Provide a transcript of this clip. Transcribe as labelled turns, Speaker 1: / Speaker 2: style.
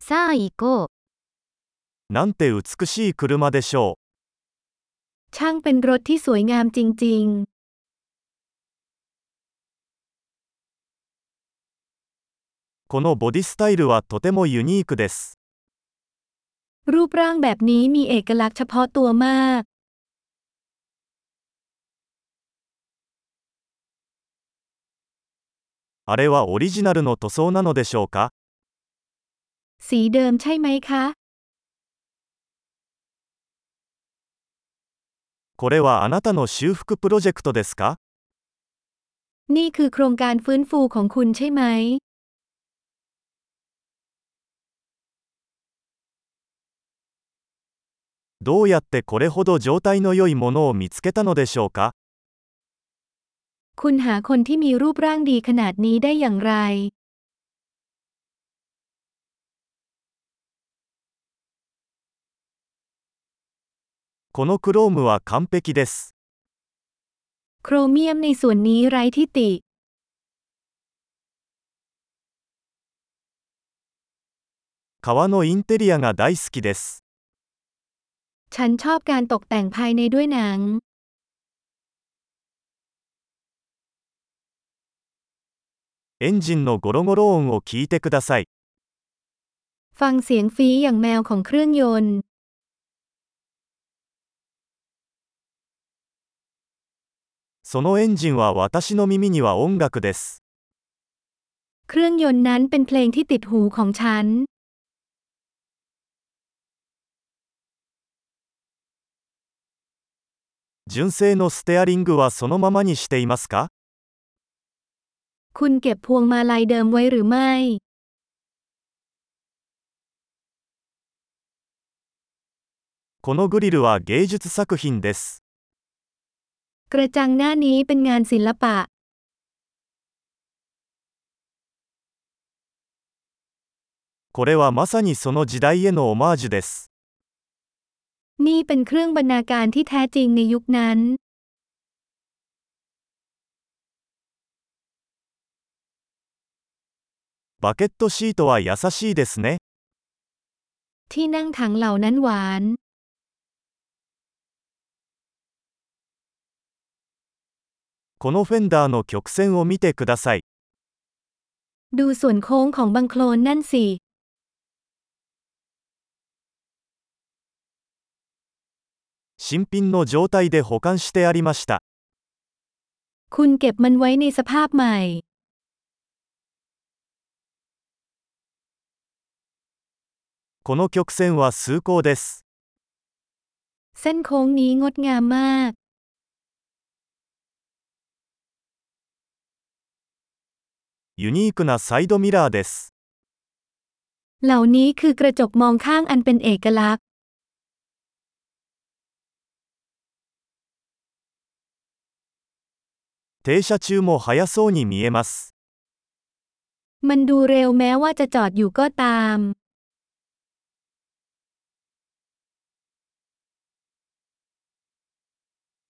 Speaker 1: さあ行こう。
Speaker 2: なんて美しい車でしょ
Speaker 1: ช่างเป็นรถที่สวยงามจริง
Speaker 2: う。このボディスタイルはとてもユニークです。
Speaker 1: ๆ รูปร่างแบบนี้มีเอกลักษณ์เฉพาะตัวมาก
Speaker 2: あれはオリジナルの塗装なのでしょうか
Speaker 1: สีเดิมใช่ไหมคะ
Speaker 2: これはあなたの修復プロジェクトですか
Speaker 1: นี่คือโครงการฟื้นฟูของคุณใช่ไหม
Speaker 2: どうやってこれほど状態の良いものを見つけたのでしょうか
Speaker 1: คุณหาคนที่มีรูปร่างดีขนาดนี้ได้อย่างไร
Speaker 2: このクロームは完璧です。
Speaker 1: โครเมียมในส่วนนี้ไร้ที่ติ
Speaker 2: 革のインテリアが大好きです。
Speaker 1: ฉันชอบการตกแต่งภายในด้วยหนัง
Speaker 2: エンジンのゴロゴロ音を聞いてください。
Speaker 1: ฟังเสียงฟีอย่างแมวของเครื่องยนต์
Speaker 2: そのエンジンは私の耳には音楽です。
Speaker 1: เครื่องยนต์นั้นเป็นเพลงที่ติดหูของฉัน
Speaker 2: 純正のステアリングはそのままにしていますか
Speaker 1: คุณเก็บพวงมาลัยเดิมไว้หรือไม่
Speaker 2: このグリルは芸術作品です。
Speaker 1: กระจังหน้านี้เป็นงานศิลปะ
Speaker 2: これはまさにその時代へのオマージュです。
Speaker 1: นี่เป็นเครื่องบรรณาการที่แท้จริงในยุคนั้น
Speaker 2: バケットシートは優しいですね。
Speaker 1: ที่นั่งถังเหล่านั้นหวาน
Speaker 2: このフェンダーの曲線を見てください。
Speaker 1: ดูส่วนโค้งของบังโคลนนั่นสิ
Speaker 2: 新品の状態で保管してありました。
Speaker 1: คุณเก็บมันไว้ในสภาพใหม่
Speaker 2: この曲線は崇高です。
Speaker 1: เส้นโค้งนี้งดงามมาก
Speaker 2: ユニークなサイドミラーです。
Speaker 1: เหล่านี้คือกระจกมองข้างอันเป็นเอกลักษณ์
Speaker 2: 停車中も速そうに見えます。
Speaker 1: มันดูเร็วแม้ว่าจะจอดอยู่ก็ตาม